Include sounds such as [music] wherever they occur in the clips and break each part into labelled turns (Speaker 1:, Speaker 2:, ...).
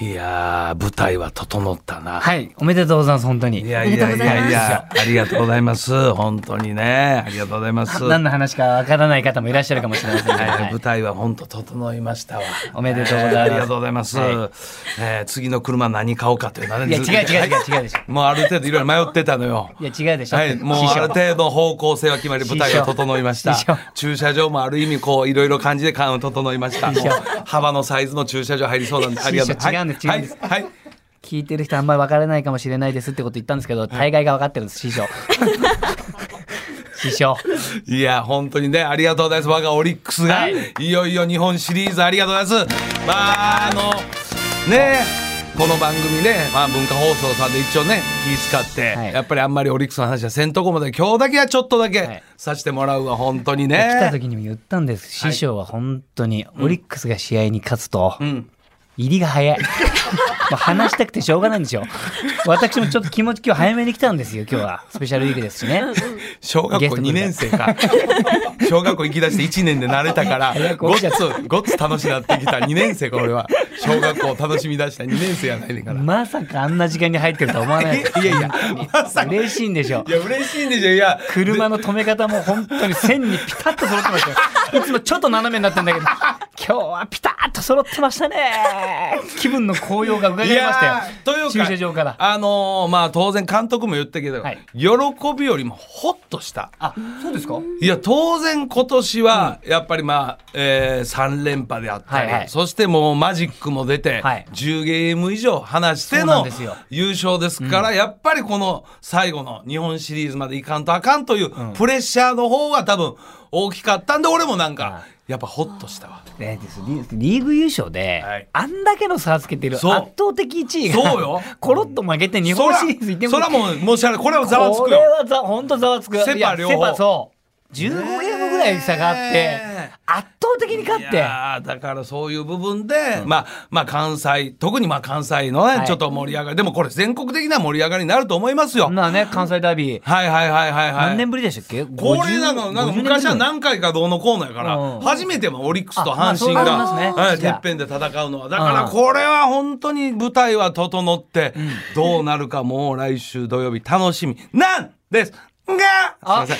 Speaker 1: いやー、舞台は整ったな。
Speaker 2: はい、おめでとうございます、本当
Speaker 1: い
Speaker 2: に。
Speaker 1: やいやいやいや
Speaker 2: あ、
Speaker 1: ありがとうございます。本当にね、ありがとうござい
Speaker 2: [laughs]
Speaker 1: ます。
Speaker 2: 何の話かわからない方もいらっしゃるかもしれませんけ
Speaker 1: [laughs]
Speaker 2: ど、
Speaker 1: はい
Speaker 2: は
Speaker 1: 舞
Speaker 2: い、
Speaker 1: 台は本当整いましたわ。
Speaker 2: おめでとうご
Speaker 1: え
Speaker 2: ざいます
Speaker 1: ーありがとうございます。
Speaker 2: は
Speaker 1: えー次の車何買おうかというのはね
Speaker 2: いや、
Speaker 1: ず
Speaker 2: 違う違う違う違うでしょ。
Speaker 1: [laughs] もうある程度いろいろ迷ってたのよ。
Speaker 2: いや、違うでしょ。
Speaker 1: はい、もう
Speaker 2: 師匠
Speaker 1: ある程度方向性は決まり、舞台が整いました
Speaker 2: 師匠。
Speaker 1: 駐車場もある意味、こう、いろいろ感じで勘を整いました。も
Speaker 2: 師匠
Speaker 1: う幅のサイズの駐車場入りそうなんで、ありがとう。
Speaker 2: 師匠違う
Speaker 1: は
Speaker 2: んです違うん
Speaker 1: い
Speaker 2: です、
Speaker 1: はい、はい
Speaker 2: 聞いてる人あんまり分からないかもしれないですってこと言ったんですけど、大概が分かってるんです、
Speaker 1: [laughs]
Speaker 2: 師匠。師匠。
Speaker 1: いや、本当にね、ありがとうございます。我がオリックスが、
Speaker 2: はい
Speaker 1: い、よいよ日本シリーズありがとうございます。まあ、あの、ねこの番組ね、まあ、文化放送さんで一応ね、気遣って、
Speaker 2: はい
Speaker 1: やっぱりあんまりオリックスの話はせんとこまで、今日だけはちょっとだ
Speaker 2: はい
Speaker 1: けさせてもらうわ、本当にね。
Speaker 2: 来た時にも言ったんです。師匠は本当に、オリックスが試合に勝つと、
Speaker 1: ん
Speaker 2: 入りが早い。もう話したくてしょうがないんですよ。私もちょっと気持ち今日早めに来たんですよ、今日は。スペシャルウィークですし
Speaker 1: [laughs]
Speaker 2: ね。
Speaker 1: 小学校
Speaker 2: ゲスト来
Speaker 1: 2
Speaker 2: る
Speaker 1: 年生
Speaker 2: [laughs]
Speaker 1: か小学校行き出して1年で慣れたから
Speaker 2: 早く
Speaker 1: ご
Speaker 2: 起
Speaker 1: っ
Speaker 2: き
Speaker 1: つ
Speaker 2: ちゃった
Speaker 1: ごっつ楽しなってきた2年生か俺は小学校楽しみ出した2年生やないねん
Speaker 2: [laughs]
Speaker 1: から。
Speaker 2: まさかあんな時間に入ってるとは思わない
Speaker 1: いやいやまさか
Speaker 2: 嬉しいんでしょ
Speaker 1: いや嬉しいんでしょいや
Speaker 2: 車の止め方も本当に線にピタッと揃ってましたよいつもちょっと斜めになってんだけど今日はピタッと揃ってましたね気分の高揚が
Speaker 1: い
Speaker 2: 伺えましたよ
Speaker 1: やーというか
Speaker 2: 駐車場から
Speaker 1: あのーまあ当然監督も言ったけど、
Speaker 2: はい
Speaker 1: 喜びよりもホッとした
Speaker 2: あそうですか
Speaker 1: いや当然今年はやっぱりまあ、え3連覇であったり、
Speaker 2: はいはい
Speaker 1: そしてもうマジックも出て、
Speaker 2: はい
Speaker 1: 10ゲーム以上離して
Speaker 2: そうなん
Speaker 1: の
Speaker 2: ですよ
Speaker 1: 優勝ですからやっぱりこの最後の日本シリーズまでいかんとあかんというプレッシャーの方が多分大きかったんで俺もなんかやっぱホッとしたわ。
Speaker 2: ねですリリーグ優勝で、
Speaker 1: はい
Speaker 2: あんだけの差をつけてる圧
Speaker 1: そう
Speaker 2: 倒的1位が
Speaker 1: そうよ
Speaker 2: コロッと負けて日本シリ [laughs] ーズいっても
Speaker 1: そらそらもう申し訳ないこれはざわつ
Speaker 2: こ
Speaker 1: く
Speaker 2: れ
Speaker 1: よ。
Speaker 2: はざ本当ざわつく。
Speaker 1: セパ
Speaker 2: いや
Speaker 1: 両方
Speaker 2: セパそう。15ゲームぐらい差があって
Speaker 1: ねえ、
Speaker 2: 圧倒的に勝っ
Speaker 1: い
Speaker 2: て。
Speaker 1: やーだからそういう部分で、まあまあ関西特にまあ関西のね、
Speaker 2: はい
Speaker 1: ちょっと盛り上がりでもこれ全国的な盛り上がりになると思いますよ。
Speaker 2: まあ
Speaker 1: [laughs]
Speaker 2: ね、関西ダービー、
Speaker 1: はいはいはいはいはい。
Speaker 2: 何年ぶりでしたっけ
Speaker 1: これなんか、なんか昔は
Speaker 2: ん
Speaker 1: 何回かどうのこうのやから、
Speaker 2: うん
Speaker 1: 初めてもオリックスと阪神が、
Speaker 2: あまあそうなりますね
Speaker 1: はい、
Speaker 2: じ
Speaker 1: て
Speaker 2: ゃあ
Speaker 1: っぺんで戦うのは。だから
Speaker 2: うん
Speaker 1: これは本当に舞台は整って、どうなるかもう来週土曜日楽しみなんですが、
Speaker 2: あ
Speaker 1: すいません。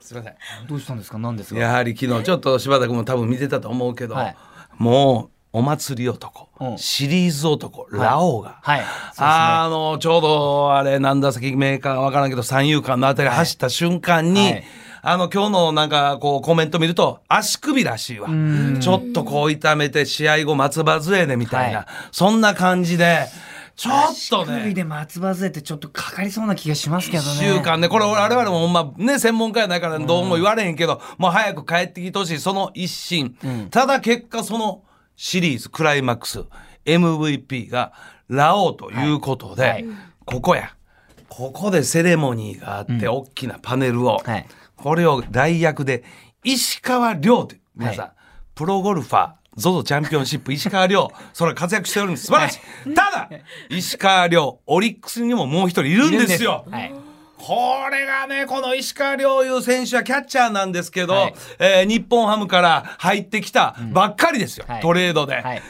Speaker 1: すいません。
Speaker 2: どうしたんですか何です
Speaker 1: や
Speaker 2: か
Speaker 1: はり昨日ちょっと柴田君も多分見てたと思うけど、
Speaker 2: はい
Speaker 1: もうお祭り男、
Speaker 2: うん
Speaker 1: シリーズ男、ラオウが、
Speaker 2: はい。
Speaker 1: あのちょうどあれ何打席目か分からんけど三遊間のあたり走った瞬間に、
Speaker 2: はい
Speaker 1: あの今日のなんかこうコメント見ると足首らしいわちょっとこう痛めて試合後松葉杖でみたいな、
Speaker 2: はい
Speaker 1: そんな感じでちょっと
Speaker 2: そうですね。首
Speaker 1: ね
Speaker 2: で松葉杖ってちょっとかかりそうな気がしますけどね。
Speaker 1: 1週間ねこれ我々もほんまね専門家やないからどうも言われへんけど、もう早く帰ってきてほしいその一心、ただ結果そのシリーズクライマックス MVP がラオウということで、
Speaker 2: はいはい
Speaker 1: ここやここでセレモニーがあって、大きなパネルを、
Speaker 2: はい
Speaker 1: これを代役で石川亮という皆さん、
Speaker 2: は
Speaker 1: プロゴルファー ZOZO チャンピオンシップ石川
Speaker 2: [laughs]
Speaker 1: 亮それは活躍しておるんです素晴らしいただ石川亮オリックスにももう一人いるんですよ
Speaker 2: はい。
Speaker 1: これがね、この石川遼いう選手はキャッチャーなんですけど、
Speaker 2: はい
Speaker 1: えー日本ハムから入ってきたばっかりですよ、
Speaker 2: はい
Speaker 1: トレードで。
Speaker 2: はい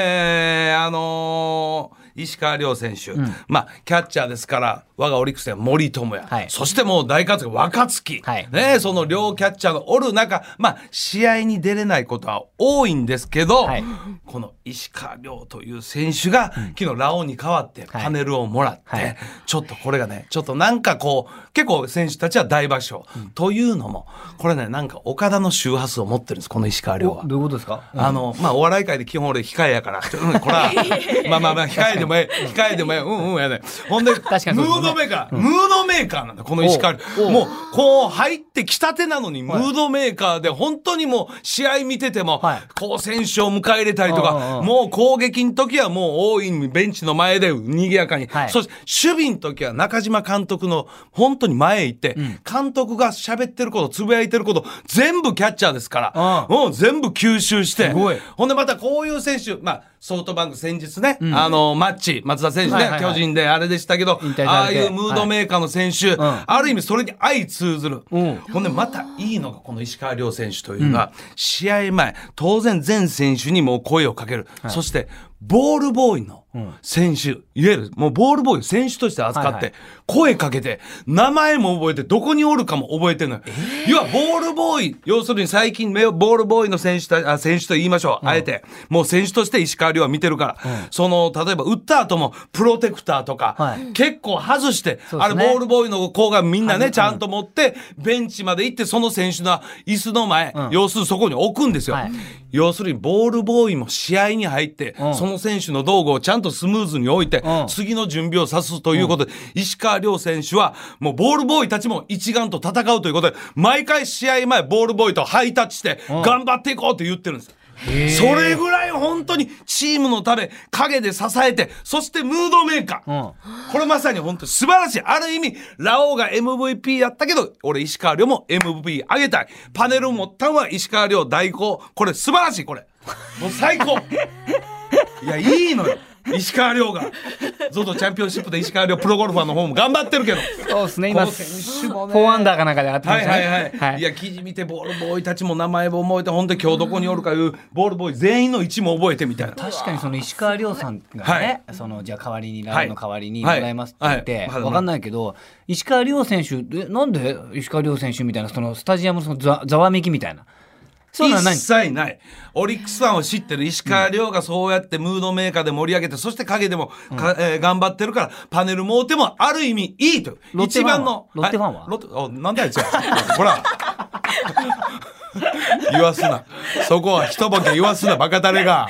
Speaker 1: えーあのー石川遼選手、まあ、キャッチャーですから、我がオリックスでは森友哉、
Speaker 2: はい
Speaker 1: そしてもう大活躍、若月、
Speaker 2: はい
Speaker 1: ね、その両キャッチャーがおる中、まあ、試合に出れないことは多いんですけど、
Speaker 2: はい
Speaker 1: この石川遼という選手が、昨日、ラオウに代わってパネルをもらって、
Speaker 2: はいはい
Speaker 1: ちょっとこれがね、ちょっとなんかこう、結構選手たちは大爆笑。というのも、これね、なんか岡田の周波数を持ってるんです、この石川遼は
Speaker 2: お。どういうことですか
Speaker 1: あの、まあ、お笑い界で基本俺控えやから、ちょうんこ
Speaker 2: [laughs]
Speaker 1: ら、まあまあまあ、控えでもええ、控えでもええ、うんうんやね。ほんで、ム
Speaker 2: かにそうですね
Speaker 1: ードメーカー、ムードメーカーなんだ、この石川
Speaker 2: お
Speaker 1: 遼。
Speaker 2: お
Speaker 1: もう、こう入ってきたてなのに、ムードメーカーで、本当にもう、試合見てても
Speaker 2: はい、
Speaker 1: こう選手を迎え入れたりと
Speaker 2: うんうん
Speaker 1: か、
Speaker 2: うん
Speaker 1: もう攻撃の時はもう大いにベンチの前で賑やかに
Speaker 2: は、い
Speaker 1: そして守備の時は中島監督の本当に前へ行って、監督が喋ってること、つぶやいてること、全部キャッチャーですから、
Speaker 2: う
Speaker 1: うん、全部吸収して、
Speaker 2: すごい
Speaker 1: ほんでまたこういう選手、まあ、ソフトバンク先日ね、あの、マッチ、松田選手ね、
Speaker 2: はいはいはい
Speaker 1: 巨人であれでしたけど
Speaker 2: 引退され、て
Speaker 1: ああいうムードメーカーの選手、
Speaker 2: はいうん
Speaker 1: ある意味それに相通ずる。
Speaker 2: うん
Speaker 1: ほんでまたいいのが、この石川遼選手というのは、試合前、当然全選手にもう声をかける。そして、ボールボーイの選手、いわゆるもうボールボーイ選手として扱って、
Speaker 2: はいはい
Speaker 1: 声かけて、名前も覚えて、どこにおるかも覚えてるのよ。要は、ボールボーイ、要するに最近、ボールボーイの選手たあ選手と言いましょう、あえて。もう選手として石川遼は見てるから、その、例えば、打った後も、プロテクターとか、
Speaker 2: はい
Speaker 1: 結構外して、
Speaker 2: そう
Speaker 1: あ
Speaker 2: です
Speaker 1: れ、
Speaker 2: ね
Speaker 1: ボールボーイの子がみんなね、ちゃんと持って、ベンチまで行って、その選手の椅子の前、
Speaker 2: ん
Speaker 1: 要するにそこに置くんですよ。
Speaker 2: はい
Speaker 1: 要するに、ボールボーイも試合に入って、
Speaker 2: うん
Speaker 1: その選手の道具をちゃんとスムーズに置いて、
Speaker 2: うん
Speaker 1: 次の準備を指すということで、石川遼選手は、もうボールボーイたちも一丸と戦うということで、毎回試合前、ボールボーイとハイタッチして、
Speaker 2: ん
Speaker 1: 頑張っていこうって言ってるんですよ。それぐらい本当にチームのため、陰で支えて、そしてムードメーカー。
Speaker 2: うん
Speaker 1: これまさに本当に素晴らしい。ある意味、ラオウが MVP やったけど、俺石川遼も MVP あげたい。パネル持ったんは石川遼代行。これ素晴らしい、これ。もう最 [laughs] 高。いや、いいのよ。石川遼が。ゾゾチャンピオンシップで石川遼プロゴルファーの方も頑張ってるけど。
Speaker 2: そうですね、今、
Speaker 1: この選手もね
Speaker 2: 4アンダーかなんかで上がってま
Speaker 1: は
Speaker 2: し
Speaker 1: い
Speaker 2: た
Speaker 1: は
Speaker 2: ね。
Speaker 1: いはい。い、や、記事見て、ボールボーイたちも名前も覚えて、本当に今日どこにおるかいう、ボールボーイ全員の位置も覚えてみたいな。
Speaker 2: 確かにその石川遼さんがね、そのじゃあ代わりにラウの代わりにも
Speaker 1: はい
Speaker 2: らいますって言って、
Speaker 1: はいはい
Speaker 2: わかんないけど石川遼選手えなんで石川遼選手みたいなそのスタジアムのそのざざわめきみたいなそういうのは
Speaker 1: 一
Speaker 2: 何
Speaker 1: 切ない。オリックスファンを知ってる石川遼がそうやってムードメーカーで盛り上げて、そして陰でもか、えー頑張ってるから、パネルもうてもある意味いいと。
Speaker 2: ロッテ
Speaker 1: 一
Speaker 2: ファ
Speaker 1: 番
Speaker 2: ンは
Speaker 1: の。
Speaker 2: ロッテファンはい
Speaker 1: ロッテおなんだよ、じゃあほら。 [laughs] 言わすな。そこは一ボケ言わすな、バカタレが。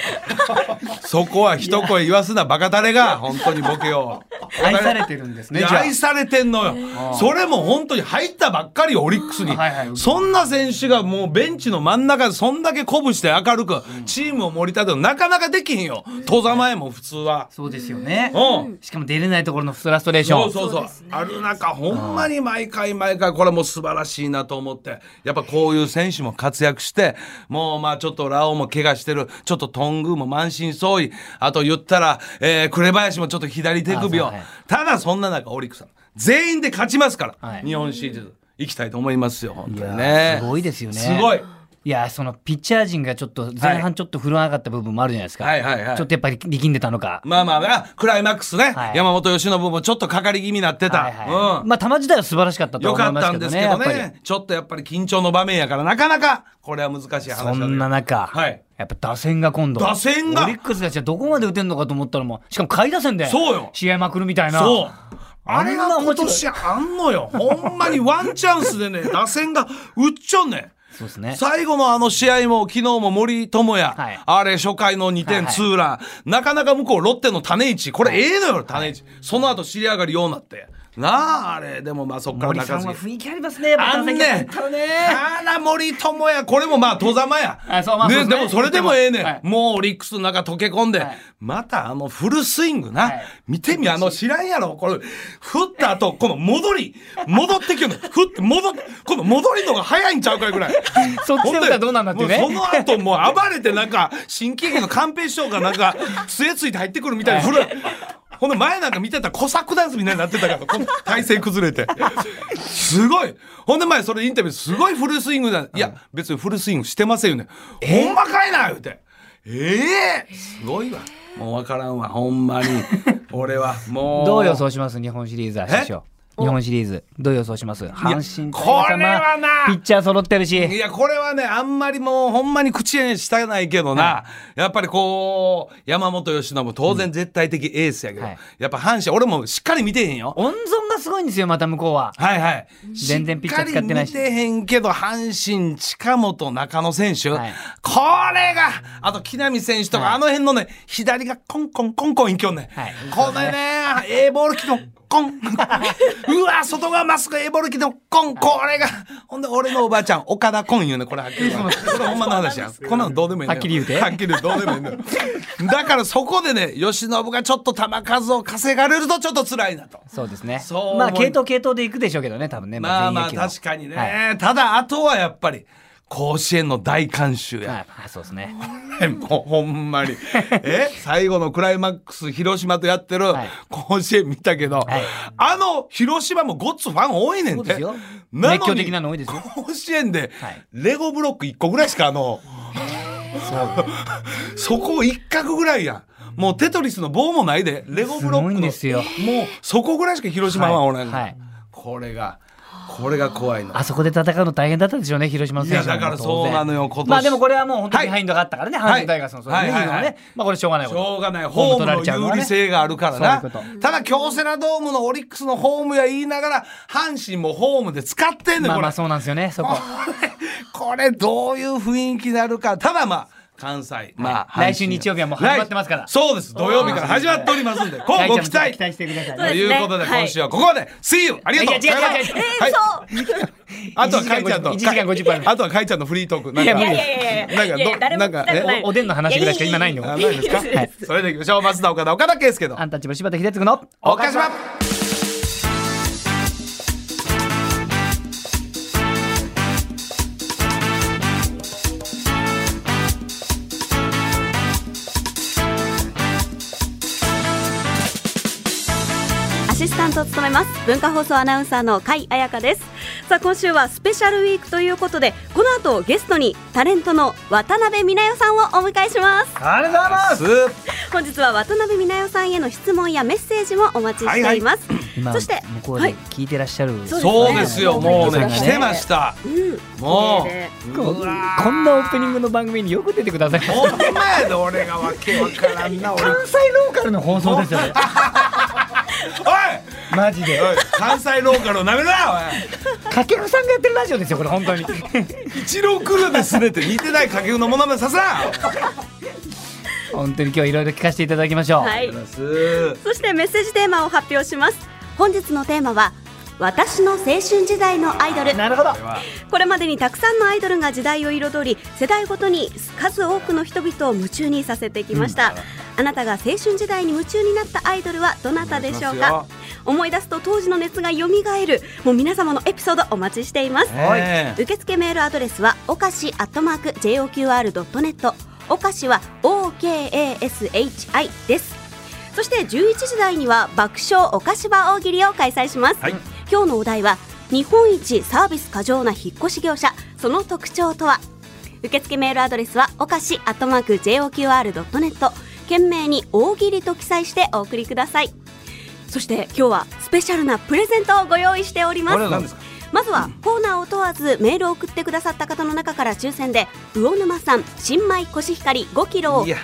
Speaker 1: そこは一声言わすな、バカタレが。本当にボケを。
Speaker 2: 愛されてるんですね
Speaker 1: いや
Speaker 2: じゃあ
Speaker 1: 愛されてんのよ。それも本当に入ったばっかりよオリックスに
Speaker 2: はいはい。
Speaker 1: そんな選手がもうベンチの真ん中でそんだけ鼓舞して明るく、チームを盛り立てるなかなかできひんよ。戸ざまえも普通は。
Speaker 2: そうですよね、
Speaker 1: うん
Speaker 2: しかも出れないところのフラストレーション
Speaker 1: そうそうそう。ある中、ほんまに毎回毎回、これもう素晴らしいなと思って、やっぱこういう選手も活躍して、もうまあちょっとラオウも怪我してる、ちょっとトングーも満身創痍、あと言ったら、えー、紅林もちょっと左手首
Speaker 2: あ
Speaker 1: を
Speaker 2: そうはい。
Speaker 1: ただそんな中、オリックスさん、全員で勝ちますから、
Speaker 2: はい
Speaker 1: 日本シリーズ行きたいと思いますよ、本当に
Speaker 2: や
Speaker 1: ね。
Speaker 2: すごいですよね
Speaker 1: すごい。
Speaker 2: いやそのピッチャー陣がちょっと前半ちょっと振るわなかった部分もあるじゃないですか、
Speaker 1: はいはいはい
Speaker 2: ちょっとやっぱり力んでたのか、
Speaker 1: まあまああ、クライマックスね、
Speaker 2: はい
Speaker 1: 山本由伸もちょっとかかり気味になってた。
Speaker 2: はいはい
Speaker 1: うん
Speaker 2: まあ球自体は素晴らしかったと
Speaker 1: よ
Speaker 2: 思
Speaker 1: か
Speaker 2: い
Speaker 1: っ
Speaker 2: ます
Speaker 1: た
Speaker 2: け
Speaker 1: んで
Speaker 2: ど
Speaker 1: す
Speaker 2: ね
Speaker 1: けど
Speaker 2: やっぱり
Speaker 1: ね、ちょっとやっぱり緊張の場面やから、なかなか、これは難しい話だ
Speaker 2: そ
Speaker 1: けど
Speaker 2: んな中、
Speaker 1: はい
Speaker 2: やっぱ打線が今度
Speaker 1: 打線が
Speaker 2: オリックスがじゃあどこまで打てんのかと思ったらもうしかも下位打線で
Speaker 1: そうよ
Speaker 2: 試合まくるみたいな
Speaker 1: そう。あれ
Speaker 2: あん
Speaker 1: が
Speaker 2: な面
Speaker 1: 今
Speaker 2: 白い
Speaker 1: 年あんの
Speaker 2: [laughs]
Speaker 1: よ。ほんまにワンチャンスでね、打線が打っちょんねん。
Speaker 2: そうですね
Speaker 1: 最後のあの試合も昨日も森友哉、
Speaker 2: はい
Speaker 1: あれ初回の2
Speaker 2: はい
Speaker 1: 点
Speaker 2: はい
Speaker 1: ツーラン、なかなか向こうロッテの種市これええのよ種市、その後尻上がりようになってなああれでもまあそっから
Speaker 2: 森
Speaker 1: 中
Speaker 2: さん
Speaker 1: 継
Speaker 2: は
Speaker 1: ぎ
Speaker 2: 雰囲気ありますねやっぱ
Speaker 1: あ
Speaker 2: 打
Speaker 1: ん
Speaker 2: 線が
Speaker 1: ねん。
Speaker 2: 勝ったらね
Speaker 1: あら、森友哉。これもまあ、戸ざまや。
Speaker 2: あそうまあそうですね
Speaker 1: でも、それでもええねん。
Speaker 2: はい
Speaker 1: もう、オリックスの中溶け込んで、
Speaker 2: はい
Speaker 1: またあの、フルスイングな。
Speaker 2: はい
Speaker 1: 見てみ、あの、知らんやろ。これ、振った後、この戻り、戻ってきよんねん。振って、戻って、この戻りのが早いんちゃうかいぐらい。
Speaker 2: [laughs] そっちの歌はどうなんだっていうね
Speaker 1: ほんでもうその後、もう暴れて、なんか、新喜劇の寛平師匠がなんか、杖ついて入ってくるみたいに振る。ほんで前なんか見てたらコサックダンスみたいになってたから、この体勢崩れて。すごいほんで前それインタビューすごいフルスイングだ。いや、別にフルスイングしてませんよね。ほんまかいな言うて。ええすごいわ。もうわからんわ、ほん [laughs] まに。俺は、もう。
Speaker 2: どう予想します日本シリーズは
Speaker 1: え
Speaker 2: 師匠日本シリーズどう予想します阪神対
Speaker 1: これは
Speaker 2: 横浜
Speaker 1: な
Speaker 2: ピッチャー揃ってるし
Speaker 1: いや、これはね、あんまりもう、ほんまに口にしたないけどな、やっぱりこう、山本由伸、当然絶対的エースやけど、
Speaker 2: うんはい
Speaker 1: やっぱ阪神、俺もしっかり見てへんよ。
Speaker 2: 温存がすごいんですよまた向こうは
Speaker 1: はいはい。
Speaker 2: 全然ピッチャー使ってないし
Speaker 1: しっかり見てへんけど、阪神、近本、中野選手。
Speaker 2: はい
Speaker 1: これが、あと、木浪選手とか、
Speaker 2: はい
Speaker 1: あの辺のね、左がコンコンコンコンいきょんね。
Speaker 2: はい
Speaker 1: これね、ええボール来ても、コ
Speaker 2: [laughs]
Speaker 1: ン。うわ、外側まっすぐええボール来ても、コン。これが、ほんで、俺のおばあちゃん、岡田コン言うね、これはっきり言うわ。これほんまの話や。こんなのどうでもいいのよ
Speaker 2: はっきり言うて
Speaker 1: はっきり言う、どうでもいいのよ。だから、そこでね、由伸がちょっと球数を稼がれると、ちょっと辛いなと。
Speaker 2: そうですね
Speaker 1: そう思い
Speaker 2: まあ系統系統でいくでしょうけどね多分ね
Speaker 1: まあまあ
Speaker 2: 全員野球の
Speaker 1: 確かにね、
Speaker 2: はい
Speaker 1: ただあとはやっぱり甲子園の大観衆や、
Speaker 2: はいあそうですね
Speaker 1: [laughs] もうほん
Speaker 2: [laughs]
Speaker 1: まにえ最後のクライマックス広島とやってる
Speaker 2: はい
Speaker 1: 甲子園見たけど、
Speaker 2: はい
Speaker 1: あの広島もごっつファン多いねん
Speaker 2: そう
Speaker 1: て
Speaker 2: ですよ
Speaker 1: のに
Speaker 2: 熱狂的なの多いですよ
Speaker 1: 甲子園で
Speaker 2: はい
Speaker 1: レゴブロック1個ぐらいしかあの、そこ1角ぐらいやんもうテトリスの棒もないで、レゴブロックの。
Speaker 2: すごいんですよ
Speaker 1: もうそこぐらいしか広島はおらん、
Speaker 2: はいはい
Speaker 1: これが、これが怖いの。
Speaker 2: あそこで戦うの大変だったでしょうね、広島の選手
Speaker 1: いやだからそうなのよ今年
Speaker 2: まあでもこれはもう本当にビハインドがあったからね、阪
Speaker 1: はい
Speaker 2: 神タイガースのそう
Speaker 1: はい
Speaker 2: ね、
Speaker 1: はい
Speaker 2: いいのは
Speaker 1: はい
Speaker 2: ね。まあこれしょうがない
Speaker 1: し
Speaker 2: こと
Speaker 1: ょうがない。ホームの有利性があるからな。
Speaker 2: そういうこと
Speaker 1: ただ、京セラドームのオリックスのホームや言いながら、阪神もホームで使ってんねん、
Speaker 2: まあ
Speaker 1: こ
Speaker 2: ま
Speaker 1: れ
Speaker 2: あ。そうなんですよね、そこ。
Speaker 1: [laughs] これどういう雰囲気になるか。ただまあ、関西。まあ、
Speaker 2: 来週日曜日はもう始まってますから
Speaker 1: 来そうです。土曜日から始まっておりますんで、今後期待。
Speaker 2: 期待してください
Speaker 1: と
Speaker 2: ね。
Speaker 3: そうです
Speaker 1: い
Speaker 3: ね
Speaker 1: うことで、今週はここまで。See you! ありがとう
Speaker 2: いや違う違う違う
Speaker 1: さよならは
Speaker 3: え
Speaker 1: い
Speaker 3: ー、嘘
Speaker 1: あとはかいちゃんと。
Speaker 2: 1時間50分
Speaker 1: あとはかいちゃんのフリートーク。なんか
Speaker 2: いや無
Speaker 3: い
Speaker 2: 理
Speaker 3: やいやいやいやいや
Speaker 1: な
Speaker 3: 誰
Speaker 1: ん
Speaker 3: も
Speaker 1: か
Speaker 3: 聞きた
Speaker 1: ど
Speaker 3: く
Speaker 1: なん
Speaker 2: [laughs]
Speaker 3: ない
Speaker 1: かね
Speaker 2: おおでんの話ぐらいしか今ないの
Speaker 1: あないですか
Speaker 3: いやいやいや
Speaker 1: はいそれでは行きましょう。松田岡田、岡田圭介の
Speaker 2: ア。ンタッチャブル柴田秀嗣の
Speaker 1: 岡島
Speaker 3: アシスタントを務めます文化放送アナウンサーの甲斐彩香ですさあ今週はスペシャルウィークということでこの後ゲストにタレントの渡辺美奈代さんをお迎えします
Speaker 2: ありがとうございます
Speaker 1: スー
Speaker 3: 本日は渡辺美奈代さんへの質問やメッセージもお待ちしています、
Speaker 2: 今
Speaker 3: そして
Speaker 2: 向こう
Speaker 3: は
Speaker 2: で
Speaker 3: い
Speaker 2: 聞いてらっしゃる
Speaker 3: そう
Speaker 1: そうですよ、もうね、
Speaker 3: そうです
Speaker 1: 来
Speaker 3: ね
Speaker 1: てました。
Speaker 3: うん
Speaker 1: も
Speaker 3: 綺麗で
Speaker 1: う。
Speaker 2: こ
Speaker 1: う
Speaker 2: こん
Speaker 1: わ
Speaker 2: なオープニングの番組によく出てくださいまし
Speaker 1: ほんまやで、俺がわけわからんな、
Speaker 2: た
Speaker 1: 俺。おい
Speaker 2: [laughs] 関西ローカルの放送です [laughs] よねマジで
Speaker 1: おい関西ローカルをなめるな、
Speaker 2: かけるさんがやってるラジオですよこれ本当に
Speaker 1: おい。一郎来るですねって、似てない掛布のものまねさせな。
Speaker 2: [laughs] 本当に今日いろいろ聞かせていただきましょう、
Speaker 3: はい
Speaker 1: スー
Speaker 3: そしてメッセージテーマを発表します本日のテーマは私の青春時代のアイドル
Speaker 2: なるほど
Speaker 1: これは
Speaker 3: これまでにたくさんのアイドルが時代を彩り世代ごとに数多くの人々を夢中にさせてきました、あなたが青春時代に夢中になったアイドルはどなたでしょ
Speaker 1: お願
Speaker 3: う
Speaker 1: いしま
Speaker 3: か思い出すと当時の熱がよみがえるもう皆様のエピソードお待ちしています、
Speaker 1: ねえ
Speaker 3: 受付メールアドレスはおかし @joqr.net おかしは OKASHI ですそして11時台には爆笑おかし場大喜利を開催します、
Speaker 1: はい
Speaker 3: 今日のお題は日本一サービス過剰な引っ越し業者その特徴とは受付メールアドレスはおかし @joqr.net 懸命に大喜利と記載してお送りくださいそして今日はスペシャルなプレゼントをご用意しております
Speaker 1: これは何ですか
Speaker 3: まずはコーナーを問わずメールを送ってくださった方の中から抽選で魚沼産新米コシヒカリ5キロを
Speaker 1: い
Speaker 3: 3
Speaker 1: や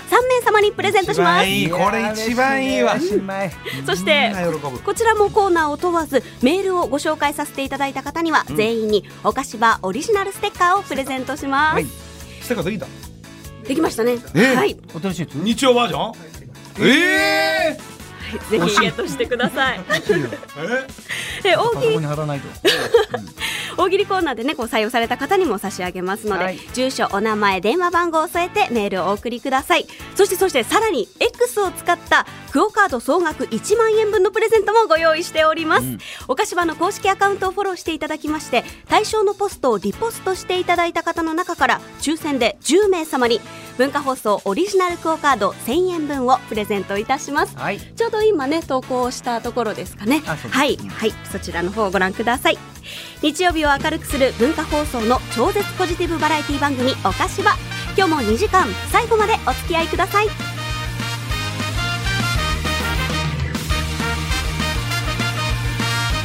Speaker 3: 名様にプレゼントし
Speaker 1: 一
Speaker 3: ま
Speaker 1: 番
Speaker 3: す
Speaker 1: いいこれ一番いいわ
Speaker 2: や嬉しね
Speaker 3: そして
Speaker 1: みんな喜ぶ。
Speaker 3: こちらもコーナーを問わずメールをご紹介させていただいた方には全員にお菓子場オリジナルステッカーをプレゼントします、
Speaker 1: はい。してからいいだ。
Speaker 3: できましたね、
Speaker 1: え
Speaker 3: はい
Speaker 2: 新しいやつ
Speaker 1: 日曜バージョンええ
Speaker 3: ぜひゲットしてく
Speaker 1: [laughs]
Speaker 3: ださい
Speaker 1: え
Speaker 3: で大喜利
Speaker 2: に貼らないと
Speaker 3: [laughs] 大喜利コーナーでねこう採用された方にも差し上げますので、
Speaker 2: はい
Speaker 3: 住所お名前電話番号を添えてメールをお送りくださいそしてそしてさらに X を使ったクオ・カード総額1万円分のプレゼントもご用意しております、おかしばの公式アカウントをフォローしていただきまして対象のポストをリポストしていただいた方の中から抽選で10名様に文化放送オリジナルクオ・カード1000円分をプレゼントいたします
Speaker 2: はい
Speaker 3: ちょうど今ね投稿したところですかね。
Speaker 2: あそうです
Speaker 3: はいはいそちらの方をご覧ください。日曜日を明るくする文化放送の超絶ポジティブバラエティ番組おかしば。今日も2時間最後までお付き合いください。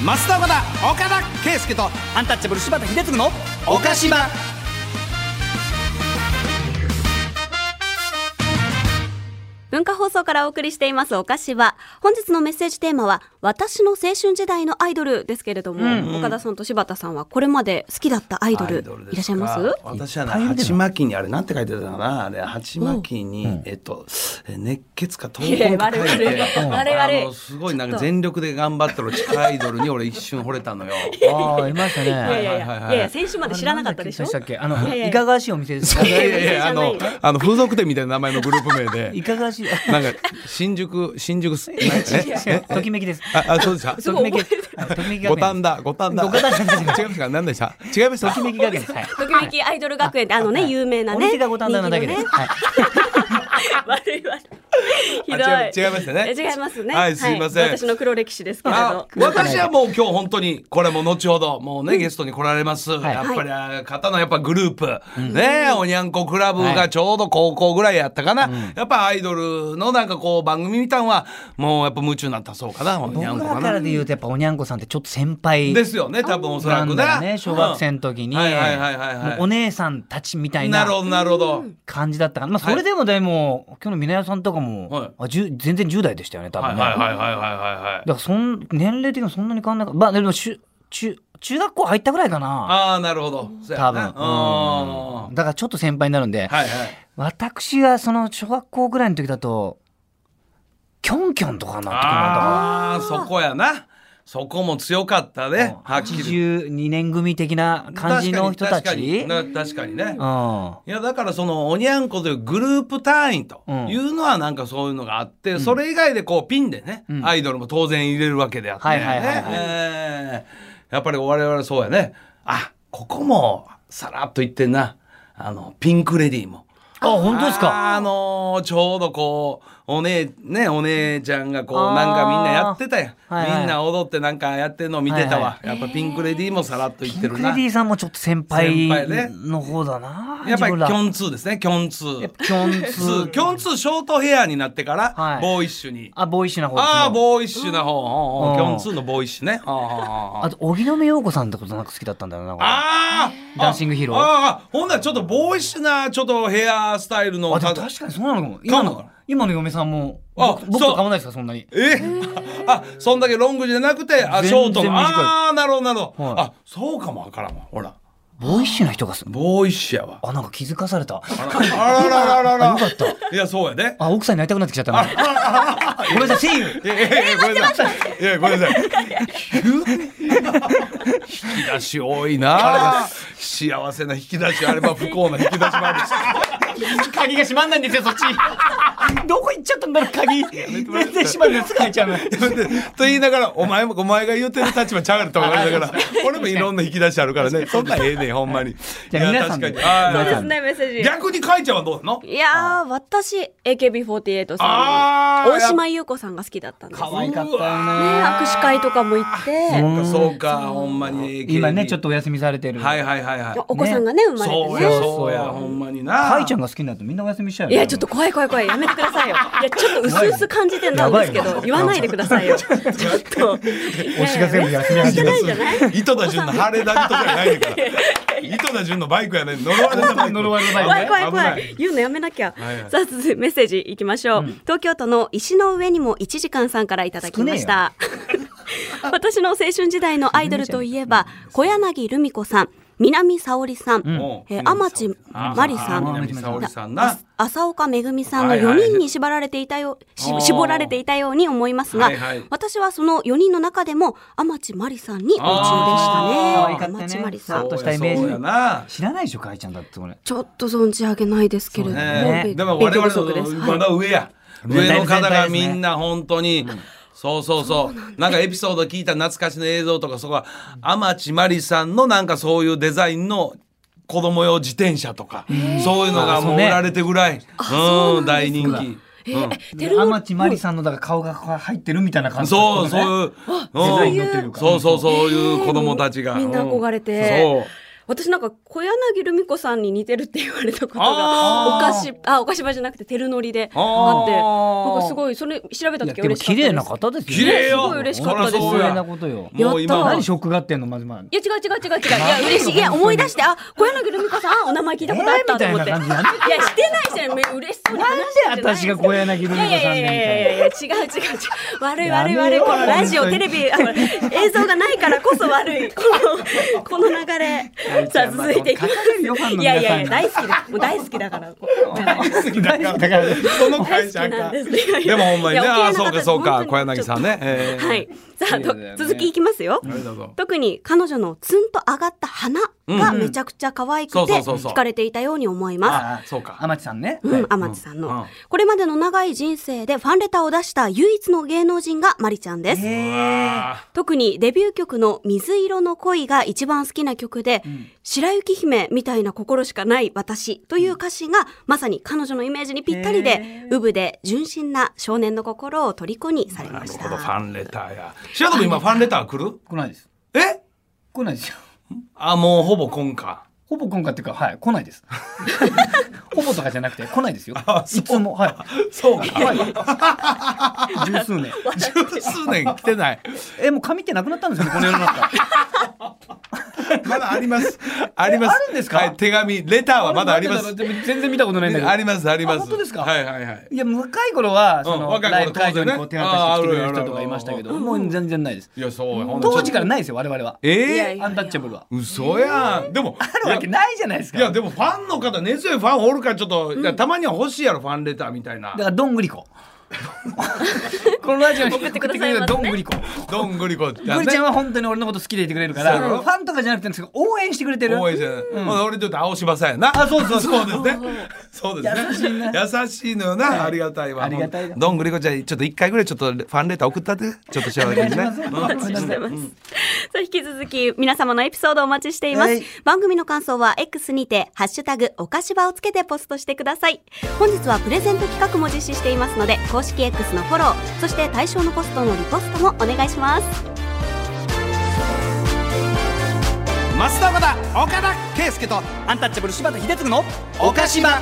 Speaker 1: 増田岡田、岡田圭介と、
Speaker 2: アンタッチャブル柴田秀嗣の
Speaker 1: 岡島。
Speaker 3: 文化放送からお送りしていますおかしば。本日のメッセージテーマは私の青春時代のアイドルですけれども、岡田さんと柴田さんはこれまで好きだったアイドルいらっしゃいます？
Speaker 1: 私はね、鉢巻きにあれなんて書いてたかな、あれ鉢巻きに、えっとえ熱血か闘
Speaker 3: い
Speaker 1: 魂
Speaker 3: や
Speaker 1: か
Speaker 3: 悪い
Speaker 1: 書いて、
Speaker 3: 悪い悪い悪い
Speaker 1: あのすごいなんか全力で頑張ってる地下アイドルに俺一瞬惚れたの
Speaker 3: [laughs]
Speaker 1: よ。
Speaker 2: ああいましたね
Speaker 3: いやいやいや、
Speaker 1: はいはいはいはい
Speaker 3: いやいや先週まで知らなかったでしょ
Speaker 2: あれなんだっ。け
Speaker 3: い
Speaker 2: あ
Speaker 3: やい
Speaker 2: の
Speaker 3: や
Speaker 2: いかがわしいお店ですか
Speaker 1: いやいやいやあの
Speaker 3: じゃない
Speaker 1: あの風俗店みたいな名前のグループ名で
Speaker 2: い、かがわしい
Speaker 1: なんか新宿新宿
Speaker 3: [laughs]
Speaker 1: すええ
Speaker 2: ときめきです
Speaker 1: ああそうでした。
Speaker 3: すごい覚えてる
Speaker 2: はいときめき画面
Speaker 1: 五反田五反田。
Speaker 2: 五反田じゃない
Speaker 1: 違いましたか何でした。違いました
Speaker 2: と。きめき画面ですはい
Speaker 3: ときめきアイドル学園ってあのね有名なね
Speaker 2: お店が五反田なだけで
Speaker 3: 人
Speaker 2: す
Speaker 3: 気の
Speaker 2: は
Speaker 3: ね
Speaker 2: い
Speaker 3: [laughs] 悪い悪いひどい。
Speaker 1: あ違い違いましたね
Speaker 3: 違いますね。
Speaker 1: はいすいません
Speaker 3: 私の黒歴史ですけれ
Speaker 1: あ
Speaker 3: ど。
Speaker 1: 私はもう今日本当にこれも後ほどもうね、ゲストに来られます、
Speaker 2: い
Speaker 1: やっぱりあ方のやっぱグループ、ねえおにゃんこクラブがちょうど高校ぐらいやったかな、やっぱアイドルのなんかこう番組見たんはもうやっぱ夢中になったそうかなお
Speaker 2: 僕
Speaker 1: にゃんこ
Speaker 2: ら
Speaker 1: か
Speaker 2: から
Speaker 1: な
Speaker 2: で言うとやっぱおにゃんこさんってちょっと先輩
Speaker 1: ですよね多分おそ
Speaker 2: な
Speaker 1: ら
Speaker 2: ん
Speaker 1: く
Speaker 2: だよ
Speaker 1: ね
Speaker 2: ね小学生の時に
Speaker 1: うん
Speaker 2: も
Speaker 1: は
Speaker 2: う
Speaker 1: いはいはいはいはい
Speaker 2: お姉さんたちみた
Speaker 1: うん
Speaker 2: い
Speaker 1: な
Speaker 2: な
Speaker 1: るほどなるほど
Speaker 2: 感じだったからまあそれでもでも今日のみなやさんとかもあじゅ全然10代でしたよね多
Speaker 1: はいは
Speaker 2: 分
Speaker 1: い
Speaker 2: ね
Speaker 1: はい
Speaker 2: だか
Speaker 1: はいはいはい
Speaker 2: らそん年齢的にはそんなに変わんないまあでも中中中学校入ったぐらいかな
Speaker 1: ああなるほどそうや
Speaker 2: 多
Speaker 1: な
Speaker 2: 分
Speaker 1: う
Speaker 2: うん
Speaker 1: ん
Speaker 2: だからちょっと先輩になるん
Speaker 1: は
Speaker 2: で
Speaker 1: いはい
Speaker 2: 私がその小学校ぐらいの時だとキョンキョンとかになってくるのかな
Speaker 1: ああそこやなそこも強かったねはっきり
Speaker 2: 82年組的な感じの人た
Speaker 1: 確かに確
Speaker 2: ち
Speaker 1: かにな確かにね
Speaker 2: うん
Speaker 1: いやだからそのおにゃんこというグループ単位というのはなんかそういうのがあって、それ以外でこうピンでね、アイドルも当然入れるわけであってね、
Speaker 2: はいはいはいはい
Speaker 1: えーやっぱり我々はそうやねあここもさらっと言ってんなあのピンク・レディーも。
Speaker 2: あ本当ですか
Speaker 1: あーあのーちょうどこうお姉ねお姉ちゃんがこう
Speaker 2: あー
Speaker 1: なんかみんなやってたやん、
Speaker 2: はいはい
Speaker 1: みんな踊ってなんかやってんの見てたわ、
Speaker 2: は
Speaker 1: やっぱピンクレディーもさらっと言って
Speaker 2: ク
Speaker 1: る
Speaker 2: レデ
Speaker 1: な
Speaker 2: ィさんもちょっと先輩
Speaker 1: 先輩ね
Speaker 2: の方だな。
Speaker 1: やっぱりキ
Speaker 2: 自分ら
Speaker 1: ョンツーですねキョンツー
Speaker 2: やっぱキョン
Speaker 1: キョンツー
Speaker 2: ツ
Speaker 1: キョンツーショートヘアになってから、
Speaker 2: はい
Speaker 1: ボーイッシュに
Speaker 2: あ、ボーイッシュな方
Speaker 1: ああ
Speaker 2: ー
Speaker 1: ボーイッシュな方、うんうん
Speaker 2: うん
Speaker 1: キョンツーのボーイッシュねあーあーあー
Speaker 2: あと、荻野目洋子さんってことなく好きだったんだよな。なんか
Speaker 1: あー
Speaker 2: ダンシングヒーロー
Speaker 1: あああほんならちょっとボーイッシュなちょっとヘアスタイルの
Speaker 2: あ、でも確かにそうなのかも。今
Speaker 1: かも
Speaker 2: の、今の嫁さんも、
Speaker 1: あ
Speaker 2: 僕僕
Speaker 1: そう
Speaker 2: と変わんないですか、そんなに。
Speaker 1: え [laughs] あそんだけロングじゃなくてあ
Speaker 2: 全然
Speaker 1: ショートの
Speaker 2: 短い
Speaker 1: ああなるほどなるほど、
Speaker 2: はい
Speaker 1: あそうかもわからんわほら
Speaker 2: ボーイッシュな人がす
Speaker 1: ボーイッシュやわ
Speaker 2: [laughs] あ、なんか気づかされた。
Speaker 1: あらあらららら
Speaker 2: あよかった
Speaker 1: いやそうやで、ね、
Speaker 2: あ、奥さんになりたくなってきちゃったな。ごめんなさい、親友。
Speaker 1: いやいやいやごめんなさいいやごめんなさい急に [laughs] 引き出し多いな幸せな引き出しあれば不幸な引き出しもあるし
Speaker 2: 鍵が閉まんないんですよ、そっち。 [laughs] どこ行っちゃったんだろう、鍵。全然閉まんない。すぐ開いちゃうの。
Speaker 1: と言いなが [laughs] らお前もお前が言ってる立場ちゃうと思いながら [laughs] 俺もいろんな引き出しあるからねそんなんええねんほんまに
Speaker 2: じゃあ
Speaker 1: いや
Speaker 2: 皆さんで
Speaker 1: 確かに
Speaker 3: そう
Speaker 1: あ
Speaker 3: ですねメッセー
Speaker 1: ー
Speaker 3: ジ。
Speaker 1: 逆にかいちゃんはどうなの
Speaker 3: いやー私 AKB48
Speaker 1: あ
Speaker 3: さん
Speaker 1: ー
Speaker 3: の大島優子さんが好きだったんです。
Speaker 2: 可
Speaker 3: ね
Speaker 2: 愛かったよね。
Speaker 3: 握手会とかも行って、
Speaker 1: そうかそうかほんまに
Speaker 2: 今ね、ちょっ
Speaker 1: と
Speaker 2: とお休みされてる。
Speaker 1: はいはいはいはい
Speaker 3: お子さんがね生まれ
Speaker 1: そう
Speaker 3: て
Speaker 1: や
Speaker 3: ね。
Speaker 1: そうやほんまにな
Speaker 2: かいちゃん
Speaker 1: ん
Speaker 2: が好きになるとみんなお休みしちゃう
Speaker 3: い
Speaker 2: よ
Speaker 3: やちょっと怖い怖い怖いやめてくださいよ。いやちょっと薄々感じてたんですけ
Speaker 2: やばい
Speaker 3: ど
Speaker 2: よ
Speaker 3: 言わないでくださ
Speaker 1: [laughs]
Speaker 3: いよ。ちょっと推
Speaker 2: 推しが全部休み
Speaker 3: し
Speaker 2: 始
Speaker 3: て
Speaker 2: める
Speaker 3: ないんじゃない？
Speaker 1: 糸田純のハーレーダビッドじゃないねんから糸田純のバイクやねん呪われたバイク
Speaker 2: 呪われたバイク
Speaker 3: 怖い怖い
Speaker 1: 危
Speaker 3: 怖
Speaker 1: ない
Speaker 3: 言うのやめなきゃ、
Speaker 1: はいはい
Speaker 3: さあ続いてメッセージいきましょう、東京都の石の上にも1時間さんからいただきました、 [laughs] 私の青春時代のアイドルといえば小柳ルミ子さん南沙織さん、
Speaker 1: うん
Speaker 3: えー天地真理さ
Speaker 1: あ
Speaker 3: ん
Speaker 1: ー南沙織さん
Speaker 3: あ
Speaker 1: な
Speaker 3: 浅岡めぐみさんの
Speaker 1: はいはい
Speaker 3: 4人に縛られていたよ、し
Speaker 1: あー
Speaker 3: 絞られていたように思いますが、
Speaker 1: はいはい
Speaker 3: 私はその4人の中でも天地真理さんに夢中でした
Speaker 1: あー
Speaker 2: 可愛か
Speaker 3: ね
Speaker 2: ったね
Speaker 3: 天地真理さ
Speaker 2: ちょ
Speaker 3: ん
Speaker 2: っとしたイメージ
Speaker 1: そうやな
Speaker 2: 知らないでしょかいちゃんだって俺
Speaker 3: ちょっと存じ上げないですけれども、
Speaker 1: ね
Speaker 3: 勉
Speaker 1: でも我々
Speaker 3: 勉強不足です
Speaker 1: のまだ上や、
Speaker 2: はい
Speaker 1: 上の方がみんな本当に、そうそうそうなんかエピソード聞いた懐かしの映像とかそこは天地真理さんのなんかそういうデザインの子供用自転車とかそういうのがもう売られてぐらいうん大人気
Speaker 3: えーえ照
Speaker 2: 天
Speaker 3: ノ
Speaker 2: 地真理さんのだから顔が入ってるみたいな感じ
Speaker 1: そうそういう
Speaker 2: ザイン
Speaker 1: う
Speaker 2: のとい
Speaker 1: ん
Speaker 2: うか
Speaker 1: そうそうそういう子供たちが
Speaker 3: みんな憧れて
Speaker 1: うんそう
Speaker 3: 私なんか小柳ルミ子さんに似てるって言われたこと
Speaker 1: あー
Speaker 3: がお菓子あお菓子場じゃなくてテルノリであっ
Speaker 1: あ
Speaker 3: て
Speaker 1: ー
Speaker 3: なんかすごいそれ調べた
Speaker 2: いや
Speaker 3: 時
Speaker 2: でも
Speaker 3: 嬉しか
Speaker 2: 綺
Speaker 3: ったです
Speaker 2: 麗な方ですよ
Speaker 1: 綺麗よ
Speaker 3: すごい嬉しかったです
Speaker 1: そらそう
Speaker 2: 綺麗
Speaker 1: や
Speaker 2: なことよ
Speaker 3: やった
Speaker 1: もう今は
Speaker 2: 何ショックがあってんのまずまず
Speaker 3: いや違う違う違う違ういや嬉しいいや思い出してあ小柳ルミ子さんお名前聞いたことあったと思って
Speaker 2: え
Speaker 3: い
Speaker 2: ー
Speaker 3: や
Speaker 2: み
Speaker 3: して
Speaker 2: たいな感
Speaker 3: ないしてないめ嬉しそうに話して
Speaker 2: な
Speaker 3: る
Speaker 2: んで
Speaker 3: じゃないです
Speaker 2: 私が小柳ルミ子さん
Speaker 3: いやいやい
Speaker 2: み
Speaker 3: やい
Speaker 2: たい
Speaker 3: やいや違う違う違う悪い悪い悪いこのラジオテレビあの映像がないからこそ悪いこのこの流れさあ続いていきます
Speaker 2: 隠れるよファンの
Speaker 3: いや
Speaker 2: 皆
Speaker 3: い
Speaker 2: さん
Speaker 3: やいや大好きですもう大好きだから
Speaker 2: なだ [laughs] から
Speaker 1: その
Speaker 3: 大
Speaker 1: 会
Speaker 3: 好き
Speaker 1: 社
Speaker 3: な
Speaker 1: か
Speaker 3: んですい [laughs] やいや
Speaker 1: でもほんまにね
Speaker 3: いや
Speaker 1: ああ
Speaker 3: お綺麗
Speaker 1: そうか
Speaker 3: な方です
Speaker 1: そうか
Speaker 3: 本当に
Speaker 1: 小柳さんねえー
Speaker 3: はいさあ
Speaker 2: 綺麗
Speaker 3: と
Speaker 2: だよね
Speaker 3: 続きいきますよ
Speaker 1: はいどうぞ
Speaker 3: 特に彼女のツンと上がった鼻がめちゃくちゃ可愛くて
Speaker 1: そうそうそうそう
Speaker 3: 惹かれていたように思います。
Speaker 1: あそうか
Speaker 2: 天地さんね。
Speaker 3: うん、天地さんの、
Speaker 1: うん
Speaker 3: これまでの長い人生でファンレターを出した唯一の芸能人がマリちゃんです。
Speaker 2: へ
Speaker 3: 特にデビュー曲の水色の恋が一番好きな曲で、白雪姫みたいな心しかない私という歌詞がまさに彼女のイメージにぴったりで
Speaker 2: へ、
Speaker 3: ウブで純真な少年の心を虜にされ
Speaker 1: な
Speaker 3: ま
Speaker 1: る
Speaker 3: した。
Speaker 1: ほどファンレターや白田君今ファンレター来る
Speaker 2: 来ないです。
Speaker 1: え
Speaker 2: 来ないですよ。
Speaker 1: あもうほぼ今か
Speaker 2: ほぼ今回っていうか、はい、来ない
Speaker 1: [laughs]
Speaker 2: です。ほぼとかじゃなくて、来ないですよ
Speaker 1: あ。そう
Speaker 2: いつも、はい。
Speaker 1: そうか
Speaker 2: はい。十数
Speaker 1: [laughs]
Speaker 2: 年。
Speaker 1: 十数年来てない
Speaker 2: え、もう紙ってなくなったんですよね、この世の
Speaker 1: [laughs]
Speaker 2: 中。
Speaker 1: まだあります [laughs] あります
Speaker 2: あるんですか
Speaker 1: はい、手紙レターはまだあります
Speaker 2: でも全然見たことないんだけど。
Speaker 1: ありますあります
Speaker 2: あ本当ですか
Speaker 1: はいはいはい
Speaker 2: いや若い頃はその、
Speaker 1: うん若い頃
Speaker 2: ライブ会場にこ
Speaker 1: 当
Speaker 2: う手
Speaker 1: 然ね
Speaker 2: 渡してきてくれる
Speaker 1: あーあるあるあ
Speaker 2: 人
Speaker 1: る
Speaker 2: とかいましたけど
Speaker 1: うん
Speaker 2: もう全然ないです
Speaker 1: いやそうほんと
Speaker 2: 当時からないですよ我々は
Speaker 3: いや
Speaker 1: え
Speaker 3: い
Speaker 1: ー
Speaker 3: や
Speaker 2: アンタッチャブルは
Speaker 1: 嘘やんでも
Speaker 2: あるわけないじゃないですか
Speaker 1: いやでもファンの方根強いファンおるからちょっと、いやたまには欲しいやろファンレターみたいな
Speaker 2: だからどん
Speaker 1: [laughs]
Speaker 2: ぐりここのラジオに送
Speaker 3: 送
Speaker 2: っ
Speaker 3: ってて
Speaker 2: く
Speaker 3: くだ
Speaker 2: れ
Speaker 3: さい
Speaker 2: る
Speaker 3: ますね
Speaker 2: どんぐりこ
Speaker 1: どんぐりこって
Speaker 2: ぐりちゃんは本当に俺のこと好きでいてくれるから
Speaker 1: そう
Speaker 2: ファンとかじゃなくてですけど応援してくれてる
Speaker 1: 応援じゃない、まあ俺にとって青柴さんやな
Speaker 2: あそうそ
Speaker 1: [laughs]
Speaker 2: う
Speaker 1: そうですねそうですね
Speaker 2: 優しいな
Speaker 1: 優しいのよな、ありがたいわ
Speaker 2: ありがたいな
Speaker 1: どんぐりこちゃんちょっと一回ぐらいちょっとファンレター送ったってちょっと幸せにね
Speaker 2: [laughs] お願いします
Speaker 3: してます。さあ引き続き皆様のエピソードをお待ちしています。
Speaker 2: はい
Speaker 3: 番組の感想は X にてハッシュタグおかしばをつけてポストしてください。本日はプレゼント企画も実施していますので公式 X のフォロー、そして対象のポストのリポストもお願いします。
Speaker 1: 増田岡田圭介と
Speaker 2: アンタッチャブル柴田秀嗣のおかしま